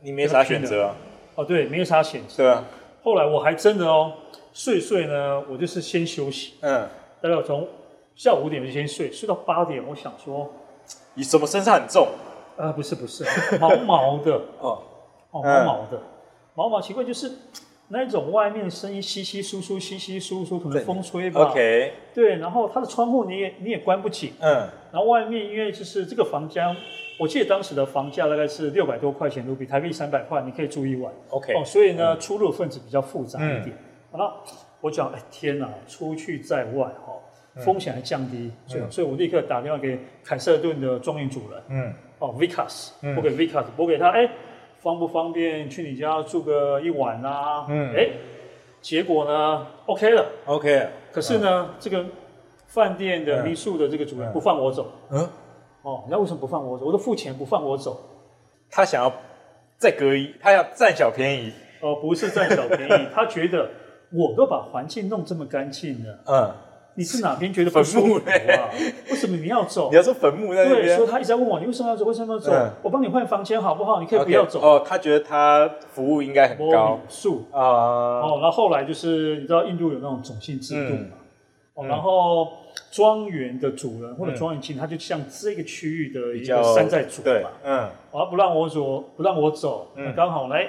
S1: 你没啥选择啊，
S2: 哦，对，没有啥选择。
S1: 对啊，
S2: 后来我还真的哦，睡睡呢，我就是先休息，
S1: 嗯，
S2: 大概我从下午五点就先睡，睡到八点，我想说，
S1: 你什么身上很重
S2: 呃，不是不是， [laughs] 毛毛的，
S1: 哦，
S2: 哦，
S1: 嗯
S2: 毛毛的，毛毛奇怪就是那一种外面声音稀稀疏疏，稀稀疏疏，可
S1: 对
S2: 能风吹吧。
S1: ，OK，
S2: 对，然后它的窗户你也你也关不紧，
S1: 嗯
S2: 然后外面因为就是这个房价，我记得当时的房价大概是六百多块钱卢比，台币三百块，你可以住一晚。
S1: ，OK，
S2: 哦，所以
S1: 嗯
S2: 呢，出入分子比较复杂一点。好了，我讲，哎，天哪，出去在外哈、
S1: 嗯
S2: 哦，风险还降低，所以、所以我立刻打电话给凯瑟顿的庄园主人，
S1: 嗯
S2: 哦，Vicas，
S1: 嗯
S2: 我给 Vicas，我给他，哎，方不方便去你家住个一晚啦、
S1: 嗯
S2: 哎，结果呢，OK 了，
S1: ，OK，
S2: 可是
S1: 嗯
S2: 呢，这个饭店的民宿的这个主人不放我走，
S1: 嗯，
S2: 哦，那为什么不放我走？我都付钱不放我走，
S1: 他想要再隔一，他要占小便宜，
S2: 哦，不是占小便
S1: [laughs]
S2: 宜，他觉得我都把环境弄这么干净了，
S1: 嗯，
S2: 你是哪边觉得不舒
S1: [laughs] 坟
S2: 服
S1: 墓嘞
S2: 啊？为什么你要走
S1: 你？要说坟墓在那
S2: 对，
S1: 边
S2: 所以。他一直在问我，你为什么要走？为什么要走？
S1: 嗯
S2: 我帮你换房间好不好？你可以
S1: OK，
S2: 不要走。
S1: 哦，他觉得他服务应该很
S2: 摸
S1: 高
S2: 米数
S1: 啊，
S2: 哦，然后后来就是你知道印度有那种种姓制度
S1: 嗯嗯
S2: 嘛，哦，然后庄园的主人或者庄园经理，他就像这个区域的
S1: 比
S2: 一
S1: 较
S2: 个山寨主
S1: 对
S2: 嘛，，
S1: 嗯
S2: 啊，不让我走，不让我走，
S1: 嗯
S2: 刚好来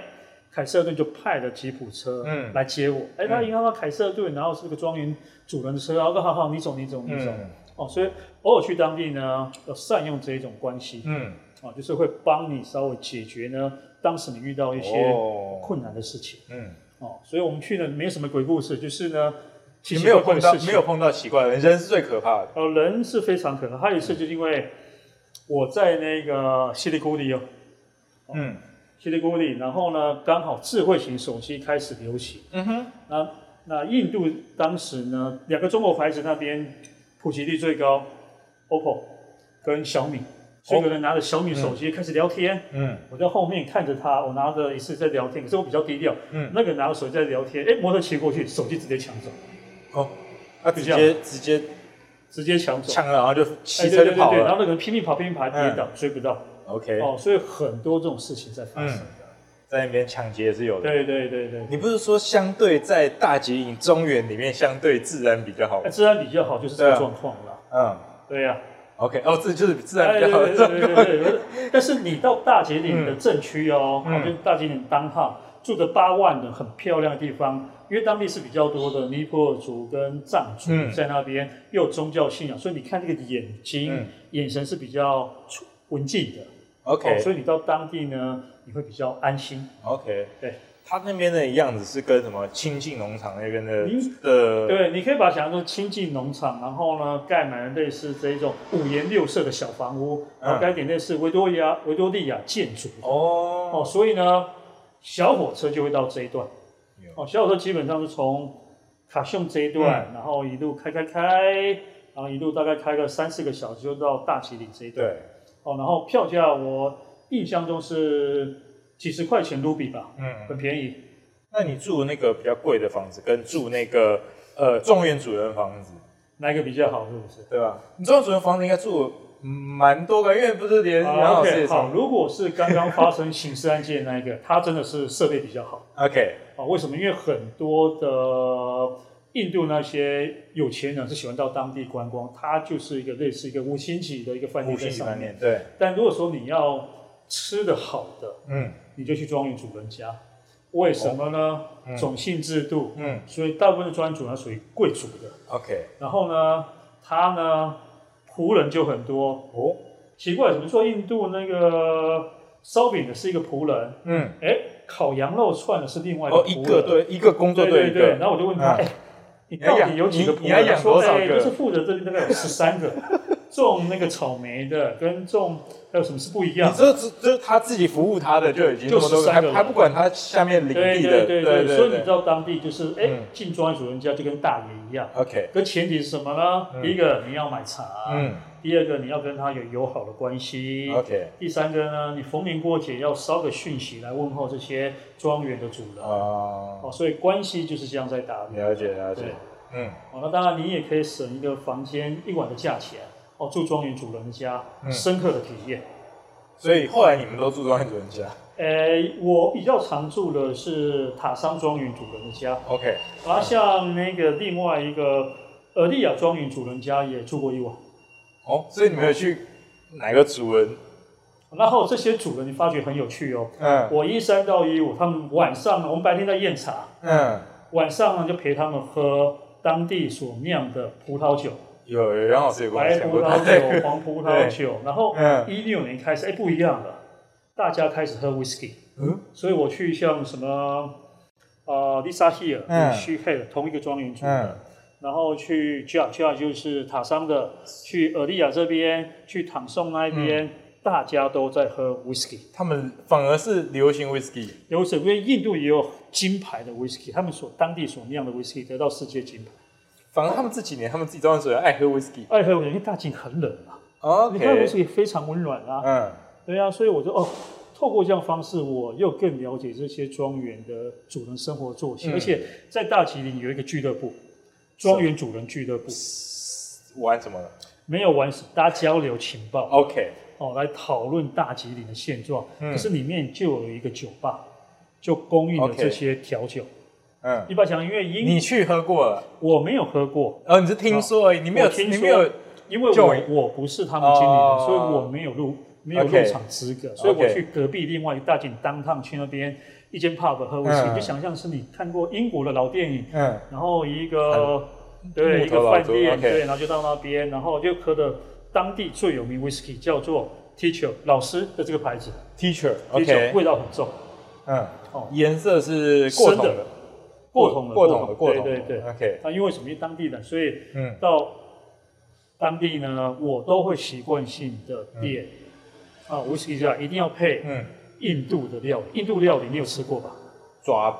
S2: 凯瑟顿就派了吉普车
S1: 嗯
S2: 来接我。哎、他一看到凯瑟顿，然后是个庄园主人的车，然后说好好，你走，你走，你走。
S1: 嗯
S2: 哦，所以偶尔去当地呢，要善用这一种关系
S1: 嗯，
S2: 啊、哦，就是会帮你稍微解决呢，当时你遇到一些
S1: 哦，
S2: 困难的事情
S1: 嗯，
S2: 哦。所以我们去呢，没什么鬼故事，就是呢，奇
S1: 你
S2: 奇
S1: 没有
S2: 怪怪
S1: 碰
S2: 的
S1: 到
S2: 事情。
S1: 没有碰到奇怪的人，人是最可怕的。
S2: 呃，人是非常可能。还有一次，就是因为我在那个西里谷里哦，
S1: 嗯
S2: 叽里咕哩，然后呢，刚好智慧型手机开始流行。
S1: 嗯哼，
S2: 那那印度当时呢，两个中国牌子那边普及率最高，OPPO 跟小米，所以有人拿着小米手机开始聊天。
S1: 嗯
S2: 我在后面看着他，我拿着也是在聊天，可是我比较低调。
S1: 嗯
S2: 那个拿着手机在聊天，哎，摩托骑过去，手机直接抢走，
S1: 哦，他直
S2: 就这
S1: 接直接
S2: 直接抢走。
S1: 抢了，然后就
S2: 哎
S1: 骑
S2: 对
S1: 车
S2: 对
S1: 就
S2: 对
S1: 跑
S2: 对，然后
S1: 了。嗯
S2: 那个人拼命跑，拼命跑，跌倒、追不到。
S1: OK，嗯
S2: 哦，所以很多这种事情在发生。
S1: 在那边抢劫也是有的。
S2: 对对对对。
S1: 你不是说相对在大吉岭中原里面相对自然比较好
S2: 那？治安比较好，就是这
S1: 对
S2: 个
S1: 啊
S2: 状况啦。
S1: 嗯
S2: 对呀、
S1: ，OK，哦，这就是自然
S2: 哎
S1: 比较好的
S2: 对对对对对对但是你到大吉岭的镇区哦，
S1: 嗯
S2: 好就是大吉岭当号住着八万的很漂亮的地方，因为当地是比较多的尼泊尔族跟藏族
S1: 嗯
S2: 在那边，又有宗教信仰，所以你看那个眼睛、
S1: 嗯
S2: 眼神是比较文静的。哦，
S1: [laughs] ，OK
S2: 所以你到当地呢，你会比较安心。
S1: OK，
S2: 对，
S1: 它那边的样子是跟什么清境农场那边的
S2: 嗯
S1: 的
S2: 对，你可以把它想象成亲近农场，然后呢，盖满了类似这一种五颜六色的小房屋，然后
S1: 嗯
S2: 盖点类似维多利亚维多利亚建筑。哦，
S1: 哦，
S2: 所以呢，小火车就会到这一段。哦，小火车基本上是从卡逊这一段，然后一路开开开，然后一路大概开个三四个小时就到大吉岭这一段。
S1: 对，
S2: 哦，然后票价我印象中是几十块钱卢比吧，
S1: 嗯，
S2: 很便宜。
S1: 那你住那个比较贵的房子，跟住那个呃庄园主人房子，
S2: 哪一个比较好？是不是？
S1: 对吧？你庄园主人房子应该住嗯蛮多个，因为不是连
S2: 啊
S1: 杨老师
S2: OK，
S1: 也
S2: 好，
S1: 从
S2: 如果是刚刚发生刑事案件那一个，它真的是设备比较好
S1: OK，
S2: 啊。为什么？因为很多的印度那些有钱人是喜欢到当地观光，它就是一个类似一个五星级的一个饭店
S1: 五
S2: 在
S1: 星级
S2: 上
S1: 饭
S2: 面。
S1: 店，对，
S2: 但如果说你要吃的好的，
S1: 嗯
S2: 你就去庄园主人家。为什么呢？
S1: 嗯
S2: 种姓制度，
S1: 嗯
S2: 所以大部分的庄园主人属于贵族的。
S1: ，OK，
S2: 然后呢，他呢仆人就很多，
S1: 哦，
S2: 奇怪，怎么说印度那个烧饼的是一个仆人，
S1: 嗯，
S2: 哎，烤羊肉串的是另外一个
S1: 哦，
S2: 仆人，
S1: 一个对一个工作
S2: 对对
S1: 队一个，
S2: 然后我就问他，
S1: 嗯
S2: 哎、你到底有几个仆人？
S1: 你要养
S2: 他说
S1: 多少个
S2: 哎就是负责这里大概有十三个，种那个草莓的跟种还有什么是不一样
S1: 你
S2: 的？
S1: 这这这他自己服务他的就已经这么
S2: 就
S1: 多
S2: 是
S1: 个，
S2: 三
S1: 还
S2: 个人
S1: 还不管他下面领
S2: 对
S1: 地
S2: 对
S1: 的，
S2: 对
S1: 对
S2: 所以你到当地就是哎、
S1: 嗯
S2: 进庄园主人家就跟大爷一样。
S1: OK，
S2: 可前提是什么呢？
S1: 嗯
S2: 第一个你要买茶，
S1: 嗯
S2: 第二个你要跟他有友好的关系
S1: ，OK，
S2: 第三个呢，你逢年过节要捎个讯息来问候这些庄园的主人。
S1: 啊
S2: 哦，，所以关系就是这样在打理。
S1: 了解了
S2: 对
S1: 解，嗯
S2: 哦，那当然你也可以省一个房间一晚的价钱。哦，住庄园主人家，
S1: 嗯
S2: 深刻的体验。
S1: 所以后来你们都住庄园主人家
S2: 呃，我比较常住的是塔桑庄园主人的家，
S1: ，OK，
S2: 啊，像那个另外一个俄利亚庄园主人家也住过一晚。
S1: 哦，所以你们有去哪个主人？
S2: 然后这些主人你发觉很有趣哦。
S1: 嗯
S2: 我一三到一五，他们晚上呢我们白天在验茶，
S1: 嗯，
S2: 晚上呢就陪他们喝当地所酿的葡萄酒，
S1: 有有杨老师有跟我
S2: 白
S1: 讲
S2: 葡
S1: 过，
S2: 萄
S1: 对
S2: 酒、黄葡萄酒，然后
S1: 嗯
S2: 一六年开始，哎、不一样了，大家开始喝 whisky，
S1: [laughs] 嗯
S2: 所以我去像什么呃 Lisa Hill、
S1: 嗯
S2: s h e h e 同一个庄园主，
S1: 嗯
S2: 然后去 Jar Jar 就是塔桑的，去尔利亚这边，去唐宋那边，
S1: 嗯
S2: 大家都在喝 whisky。
S1: 他们反而是流行 whisky，
S2: 有因为印度也有金牌的 whisky，他们所当地所酿的 whisky 得到世界金牌。
S1: 反而他们这几年他们自己庄园主人爱喝 whisky。
S2: 爱喝，因为大井很冷啊，你看
S1: OK，
S2: whisky 非常温暖啊，
S1: 嗯，
S2: 对啊，所以我就哦，透过这样方式，我又更了解这些庄园的主人生活作息，
S1: 嗯
S2: 而且在大吉岭有一个俱乐部，庄园主人俱乐部，
S1: 玩什么了
S2: 没有玩什么大家交流情报
S1: ？OK，
S2: 哦，来讨论大吉岭的现状，
S1: 嗯
S2: 可是里面就有一个酒吧，就供应了
S1: OK
S2: 这些调酒。
S1: 嗯，
S2: 你把想，因为英
S1: 你去喝过了。
S2: 我没有喝过，
S1: 哦，你是听说而已，你没有，
S2: 我听说
S1: 你没有，
S2: 因为
S1: 就
S2: 我我不是他们经理人，
S1: 哦
S2: 所以我没有入没有
S1: OK
S2: 入场资格，所以我
S1: OK
S2: 去隔壁另外一个大井当趟去那边一间 pub 喝威士忌，
S1: 嗯
S2: 就想象是你看过英国的老电影，
S1: 嗯，
S2: 然后一个对
S1: 木
S2: 一
S1: 头
S2: 个
S1: 老
S2: 饭
S1: 族
S2: 店
S1: OK
S2: 对，然后就到那边，然后就喝的当地最有名威士忌叫做 Teacher 老师的这个牌子
S1: teacher，OK，
S2: ，Teacher 味道很重，
S1: 嗯，
S2: 哦，
S1: 颜色是过桶
S2: 深
S1: 的
S2: 的，过桶的
S1: 过桶的，过
S2: 过
S1: 桶
S2: 桶
S1: 的，
S2: 的对对对，
S1: ，OK，
S2: 啊，因为什么？因为当地的，所以
S1: 嗯，
S2: 到当地呢，我都会习惯性的点、啊，威士忌酱一定要配
S1: 嗯，
S2: 印度的料理。印度料理你有吃过吧？
S1: 爪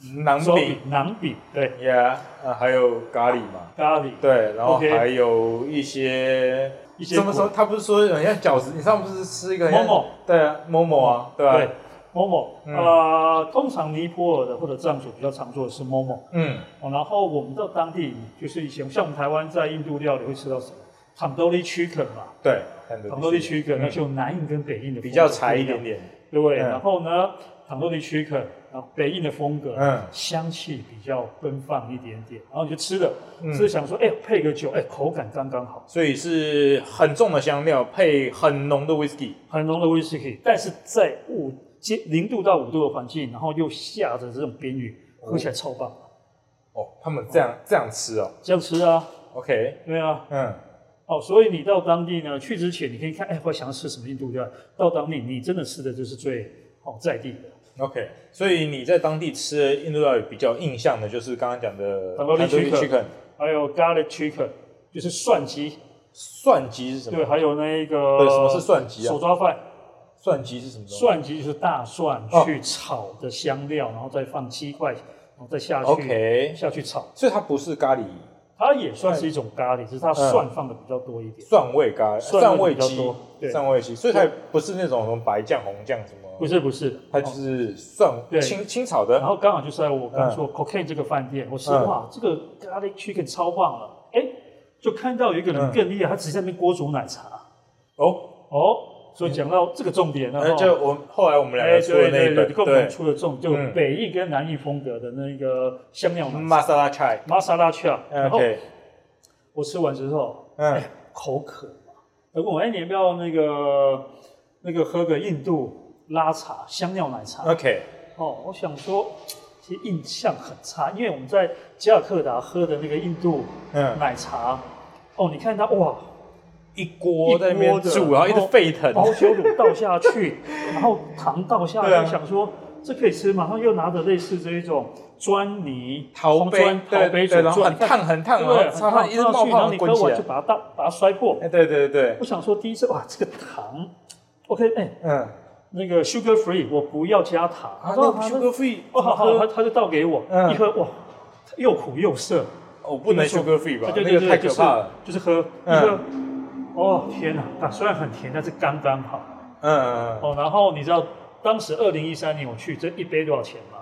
S1: 馕
S2: 烧
S1: 饼
S2: 馕饼，对，
S1: ，Yeah，啊还有咖喱嘛，
S2: 咖喱，
S1: 对，然后
S2: OK
S1: 还有一些
S2: 一些
S1: 什么
S2: 果
S1: 时候他不是说很像饺子？你上次不是吃一个很像
S2: Momo
S1: 对啊，momo 啊，对
S2: 对
S1: 啊，
S2: 某某
S1: 嗯
S2: 啊，通常尼泊尔的或者藏族比较常做的是某某。
S1: 嗯
S2: 哦，然后我们到当地就是以前像我们台湾在印度料理会吃到什么？坦多利 chicken 嘛，
S1: 对，很
S2: 坦多利
S1: 多
S2: chicken 那就南印跟北印的
S1: 比较
S2: 柴
S1: 柴一点，点，
S2: 对，
S1: 嗯
S2: 然后呢，坦多利 chicken，然后北印的风格，
S1: 嗯
S2: 香气比较奔放一点点，然后你就吃了，
S1: 嗯
S2: 只是想说，哎、配个酒，哎、口感刚刚好，
S1: 所以是很重的香料配很浓的 whisky，
S2: 很浓的威士忌，但是在物接零度到五度的环境，然后又下着这种冰雨，喝起来超棒，
S1: 哦，他们这样这样吃哦
S2: 这样吃啊，
S1: ，OK，
S2: 对啊。
S1: 嗯，
S2: 哦，所以你到当地呢，去之前你可以看，哎，我想要吃什么印度料。到当地你真的吃的就是最好、在地的。
S1: OK，所以你在当地吃的印度料理比较印象的就是刚刚讲的 Tandoori
S2: Tandoori chicken
S1: chicken，
S2: 还有 garlic chicken，就是蒜鸡，
S1: 蒜鸡是什么？
S2: 对，还有那个
S1: 对什么是蒜鸡啊
S2: 手抓饭，
S1: 蒜鸡是什么东西？
S2: 蒜鸡就是大蒜
S1: 哦
S2: 去炒的香料，然后再放鸡块，然后再下去
S1: OK，
S2: 下去炒。
S1: 所以它不是咖喱
S2: 它也算是一种咖喱，只是它
S1: 嗯
S2: 蒜放的比较多一点，
S1: 蒜味咖喱，
S2: 蒜
S1: 蒜
S2: 味
S1: 味
S2: 比较
S1: 鸡
S2: 多，对
S1: 蒜味鸡，所以它也不是那种什么白酱、红酱什么，
S2: 不是不是，
S1: 它就是蒜
S2: 对
S1: 清清炒
S2: 然
S1: 的。
S2: 后刚好就是在我刚
S1: 嗯
S2: 说 Cocaine 这个饭店，我说
S1: 嗯
S2: 哇，这个 Garlic Chicken 超棒了，哎，就看到有一个人
S1: 嗯
S2: 更厉害，他只是在那边锅煮奶茶。
S1: 哦，
S2: 哦，所以讲到这个重点了
S1: 那
S2: 哈，
S1: 呃就我们后来我们嗯两
S2: 哎
S1: 个出的
S2: 对
S1: 那一
S2: 对对，
S1: 本，
S2: 跟我们
S1: 对
S2: 出的重就
S1: 嗯
S2: 北印跟南印风格的那个香料奶茶
S1: ，masala chai。
S2: 玛莎拉去啊，然后
S1: OK，
S2: 我吃完之后哎
S1: 嗯，
S2: 口渴嘛，他问我哎你要不要那个那个喝个印度拉茶香料奶茶？
S1: OK，
S2: 哦，我想说，其实印象很差，因为我们在吉尔克达喝的那个印度
S1: 嗯，
S2: 奶茶，哦，你看它哇，
S1: 一锅在那
S2: 一锅
S1: 边
S2: 的
S1: 煮，然后一直沸腾，
S2: 毛球乳倒下去，然后糖倒下去，
S1: 对啊
S2: 想说这可以吃吗？然后又拿着类似这一种砖泥
S1: 陶
S2: 红
S1: 杯
S2: 砖，陶
S1: 对
S2: 杯
S1: 对，
S2: 煮
S1: 然后
S2: 转
S1: 很，烫很烫，
S2: 对，
S1: 然后
S2: 然后
S1: 它一直冒
S2: 然后
S1: 泡
S2: 你喝
S1: 滚起
S2: 完
S1: 来
S2: 就。把它倒把它摔破。
S1: 哎，对对对，
S2: 我想说第一次哇，这个糖，OK，哎、
S1: 嗯，
S2: 那个 sugar free，我不要加糖。
S1: 啊，那
S2: 说
S1: 个
S2: 啊
S1: sugar free，
S2: 哦，好好，
S1: 怎么
S2: 他
S1: 喝
S2: 他就倒给我，
S1: 嗯
S2: 一喝哇，又苦又涩，
S1: 哦，不能
S2: 听
S1: sugar
S2: 说
S1: free 吧？
S2: 对
S1: 那个
S2: 对对，
S1: 太可怕了。
S2: 就是就是喝
S1: 嗯
S2: 一喝，哦天哪，啊虽然很甜，但是刚刚好。
S1: 嗯嗯，嗯
S2: 哦，然后你知道当时二零一三年我去，这一杯多少钱吗？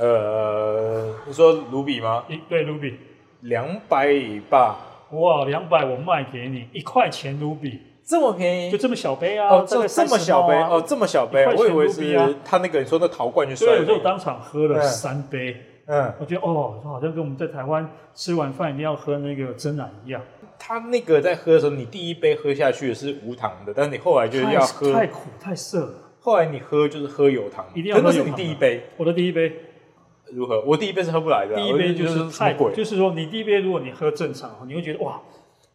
S1: 呃，你说卢比吗？
S2: 一对卢比，
S1: 两百吧，
S2: 哇，两百我卖给你，一块钱卢比，
S1: 这么便
S2: 就？这么小杯啊，
S1: 哦，
S2: 大概
S1: 这这么
S2: 30
S1: 小杯
S2: 毛啊
S1: 哦，，这么小杯
S2: 一，块钱
S1: 我以为
S2: 卢比啊
S1: 是他那个你说那陶罐就摔
S2: 对，我
S1: 了
S2: 就
S1: 那个。
S2: 当场喝了
S1: 嗯
S2: 三杯，
S1: 嗯，
S2: 我觉得哦，好像跟我们在台湾吃完饭一定要喝那个真奶一样。
S1: 他那个在喝的时候，你第一杯喝下去是无糖的，但是你后来就是
S2: 太
S1: 要喝，
S2: 太苦太涩了。
S1: 后来你喝就是喝有糖，
S2: 一定要喝有
S1: 可是
S2: 糖的
S1: 那是你第一杯
S2: 我的第一杯，
S1: 如何？我第一杯是喝不来的啊，
S2: 第一杯就
S1: 我
S2: 是
S1: 什么
S2: 太
S1: 鬼？
S2: 就是说你第一杯如果你喝正常，你会觉得哇，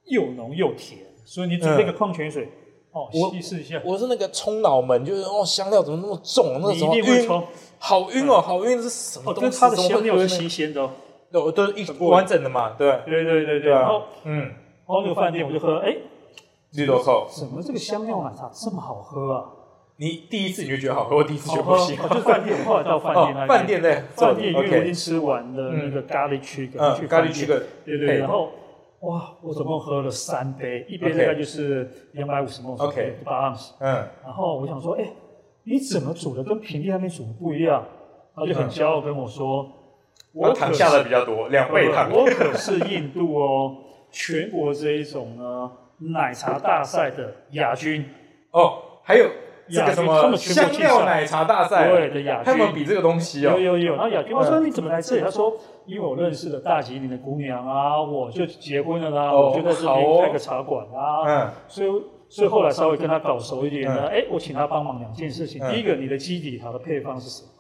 S2: 又浓又甜，所以你准备个矿泉水，哦，
S1: 我
S2: 稀释一下，
S1: 我是那个冲脑门，就是哦，香料怎么那么重？那
S2: 你
S1: 怎
S2: 一
S1: 么
S2: 定会
S1: 晕？
S2: 冲。
S1: 好晕哦，好晕！这是什么
S2: 哦，
S1: 东
S2: 跟
S1: 西？
S2: 它的
S1: 怎么
S2: 香
S1: 会
S2: 料
S1: 喝
S2: 是
S1: 呢
S2: 新鲜的哦。
S1: 对，我都是一
S2: 很过瘾
S1: 完整的嘛，对，
S2: 对对对对，
S1: 啊
S2: 然后
S1: 嗯，
S2: 然后那个饭店我就喝，哎，
S1: 绿豆蔻，
S2: 怎么这个香料奶茶这么好喝啊？
S1: 你第一次你就觉得好喝，我第一次 [laughs]
S2: 好
S1: 就
S2: 喝，
S1: 不
S2: 哦
S1: 行。
S2: 就是饭店，后来到饭店那
S1: 哦，
S2: 边
S1: 饭店在
S2: 饭店，因为我已经
S1: OK，
S2: 吃完了那个咖喱区，
S1: 嗯
S2: 去
S1: 咖
S2: 饭
S1: 喱
S2: 店
S1: chicken
S2: 对对，
S1: 配
S2: 对然后哇，我总共喝了三杯，一杯
S1: OK
S2: 大概就是两百五十 ml，
S1: OK
S2: 八盎司。
S1: 嗯，
S2: 然后我想说，哎，你怎么煮的跟平地那边煮的不一样？他就很骄傲跟我说，
S1: 我
S2: 可
S1: 糖
S2: 是
S1: 嗯下的比较多，两倍糖。
S2: 我可是印度哦，全国这一种呢奶茶大赛的亚军，
S1: 哦，还有这
S2: 亚
S1: 个
S2: 军
S1: 什
S2: 他
S1: 么
S2: 们全
S1: 香
S2: 部
S1: 料奶茶大
S2: 对
S1: 赛，
S2: 的亚
S1: 他们
S2: 军。
S1: 比这个东西
S2: 有
S1: 哦，
S2: 有有，然后亚军我说你怎么来这里？他说因为我认识了大吉岭的姑娘啊，我就结婚了啦，
S1: 哦
S2: 我就在这
S1: 好哦
S2: 边开个茶馆啊，
S1: 嗯
S2: 所以所以后来稍微跟他搞熟一点呢，哎、我请他帮忙两件事情，
S1: 嗯
S2: 第一个你的基底它的配方是什么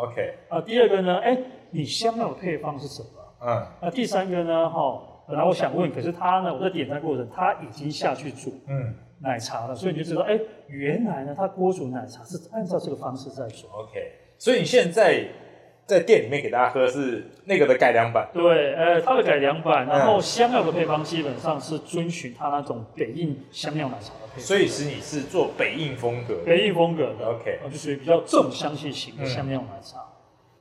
S1: ，OK，
S2: 啊？第二个呢，哎，你香料的配方是什么？
S1: 嗯
S2: 那第三个呢，哈、本来我想问，可是他呢，我在点餐过程他已经下去煮
S1: 嗯
S2: 奶茶了，所以你就知道，哎，原来呢，他锅煮奶茶是按照这个方式在煮。
S1: ，OK，所以你现在在店里面给大家喝是那个的改良版，
S2: 对，呃，它的改良版，然后
S1: 嗯
S2: 香料的配方基本上是遵循它那种北印香料奶茶的配方，
S1: 所以是你是做北印风格的，
S2: 北印风格的嗯
S1: OK
S2: 呃就属于比较重香气型的香料奶茶。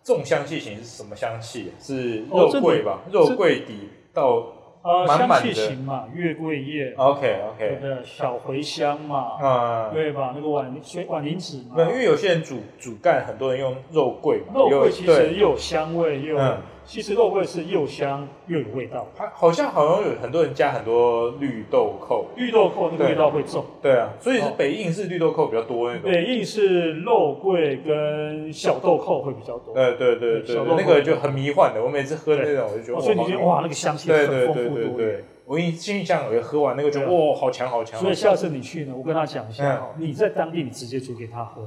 S1: 重香气型是什么香气？是
S2: 哦
S1: 肉桂吧？
S2: 这
S1: 肉桂底到
S2: 呃，
S1: 满满
S2: 香
S1: 的哦
S2: 气型嘛，月桂叶，
S1: OK
S2: 对
S1: OK，
S2: 不对？小茴香嘛，
S1: 啊，
S2: 对吧？那个碗水碗铃子嘛
S1: 没，有因为有些人煮煮干，很多人用肉桂嘛，
S2: 肉
S1: 有
S2: 桂其实
S1: 对
S2: 又有香味，又有
S1: 嗯
S2: 其实肉桂是又香又有味道，
S1: 它好像好像有很多人加很多绿豆蔻，
S2: 绿豆蔻那个
S1: 对
S2: 味道会重。
S1: 对啊，所以是
S2: 哦
S1: 北印是绿豆蔻比较多那种。
S2: 北印是肉桂跟小豆蔻会比较多，
S1: 对对对对
S2: 小
S1: 对，
S2: 豆蔻
S1: 那个就很迷幻的。我每次喝那种，我就觉得
S2: 哦
S1: 哇，
S2: 所以
S1: 好
S2: 你觉得
S1: 迷
S2: 哇，那个香气
S1: 对
S2: 很
S1: 对
S2: 丰
S1: 对
S2: 富
S1: 对
S2: 多元。
S1: 对，我印印象我喝完那个就
S2: 对啊
S1: 哇，好强好强。
S2: 所以
S1: 好强哎
S2: 下次你去呢，我跟他讲一下哦，你在当地你直接煮给他喝，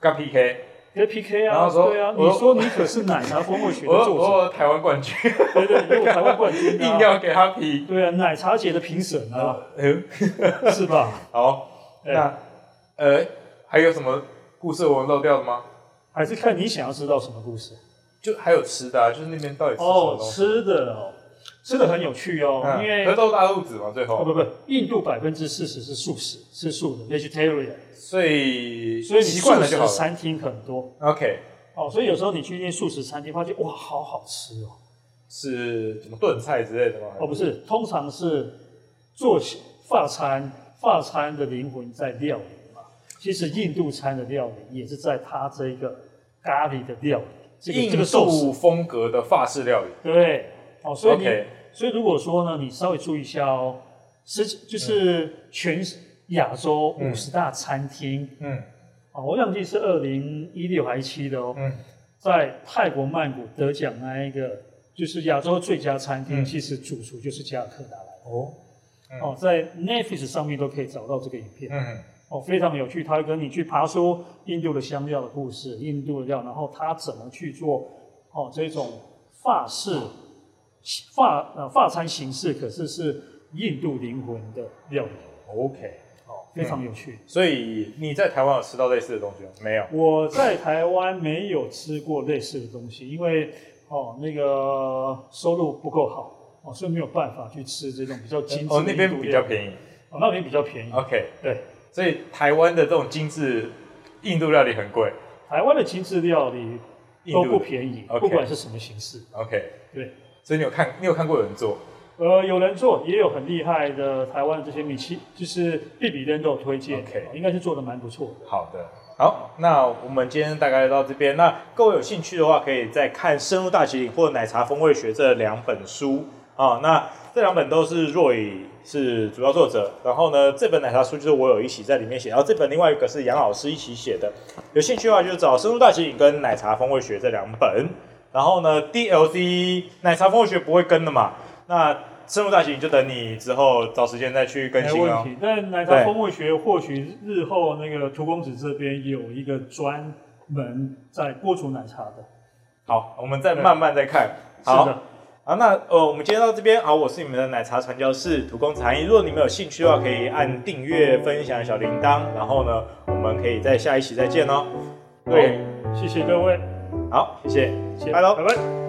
S1: 跟他 PK，
S2: 别 PK
S1: 哎然
S2: 啊，
S1: 后说
S2: 对啊，
S1: 我
S2: 你说你可是奶茶风味学
S1: 我
S2: 的
S1: 有
S2: 作
S1: 我
S2: 者，
S1: 有台湾冠军，
S2: 对对，你有台湾冠军
S1: 硬
S2: 啊，
S1: 要给他 P。
S2: 对啊，奶茶节的评
S1: [laughs]
S2: 审啊，
S1: 哎呦
S2: 是吧？
S1: 好，
S2: 哎
S1: 那呃还有什么故事我们漏掉的吗？
S2: 还是看你想要知道什么故
S1: [laughs]
S2: 事。
S1: 就还有吃的啊，就是那边到底吃什么
S2: 哦，
S1: 东西？
S2: 吃的哦，吃的很有趣哦，
S1: 嗯
S2: 因
S1: 可
S2: 为
S1: 是都是大肚子嘛，最
S2: 哦
S1: 后，
S2: 不不，印度百分之四十是素食，吃素的 vegetarian，
S1: 所以
S2: 所以你
S1: 习惯
S2: 素
S1: 了
S2: 食
S1: 就好了。
S2: 餐厅很多
S1: OK，
S2: 哦，所以有时候你去一间素食餐厅，发现哇，好好吃哦。
S1: 是什么炖菜之类的吗？
S2: 哦，不是，通常是做起法餐，法餐的灵魂在料理嘛。其实印度餐的料理也是在它这个咖喱的料理，这个这
S1: 印
S2: 个寿司
S1: 度，风格的法式料理。
S2: 对，哦，所以你
S1: OK
S2: 所以如果说呢，你稍微注意一下哦，是就是全亚洲五十大餐厅、
S1: 嗯
S2: 哦，我忘记是二零一六还是七的哦，
S1: 嗯，
S2: 在泰国曼谷得奖那一个就是亚洲最佳餐厅，
S1: 嗯
S2: 其实主厨就是加尔克达来的。
S1: 哦，嗯
S2: 哦，在 Netflix 上面都可以找到这个影片，
S1: 嗯
S2: 哦，非常有趣。他会跟你去爬出印度的香料的故事，印度的料，然后他怎么去做哦这种法式
S1: 嗯
S2: 法呃法餐形式，可是是印度灵魂的料理，
S1: ，OK。
S2: 哦，非常有趣。
S1: 所以你在台湾有吃到类似的东西吗？没有。
S2: 我在台湾没有吃过类似的东西，因为哦那个收入不够好。哦，所以没有办法去吃这种比较精致的
S1: 哦，那边比较
S2: 宜，
S1: 便宜。
S2: 哦那边比较便宜。
S1: OK，
S2: 对，
S1: 所以台湾的这种精致印度料理很贵。
S2: 台湾的精致料理都
S1: 印度
S2: 不便宜，
S1: OK
S2: 不管是什么形式。
S1: OK，
S2: 对，
S1: 所以你有看你有看过有人做？
S2: 呃，有人做，也有很厉害的台湾的这些米其，就是必比登都有推荐哦
S1: OK
S2: 应该是做的蛮不错的。
S1: 好的，好，那我们今天大概到这边。那各位有兴趣的话，可以再看《深入大吉岭》或《奶茶风味学》这两本书啊、那这两本都是若雨是主要作者，然后呢，这本奶茶书就是我有一起在里面写，然后这本另外一个是杨老师一起写的。有兴趣的话，就找《深入大吉岭》跟《奶茶风味学》这两本。然后呢，DLC 奶茶风味学不会跟的嘛，那深入大吉岭就等你之后找时间再去更
S2: 没
S1: 新
S2: 问
S1: 哦。
S2: 题，但奶茶风味学或许日后那个涂公子这边有一个专门在播出奶茶的。
S1: 好，我们再慢慢再看。好。
S2: 是的，
S1: 好，那呃，我们今天到这边，好，我是你们的奶茶传教士土公子韩毅。如果你们有兴趣的话，可以按订阅、分享小铃铛，然后呢，我们可以在下一期再见哦。对，
S2: 好，谢谢各位，
S1: 好，谢谢，
S2: 谢谢
S1: 拜喽
S2: 拜。拜。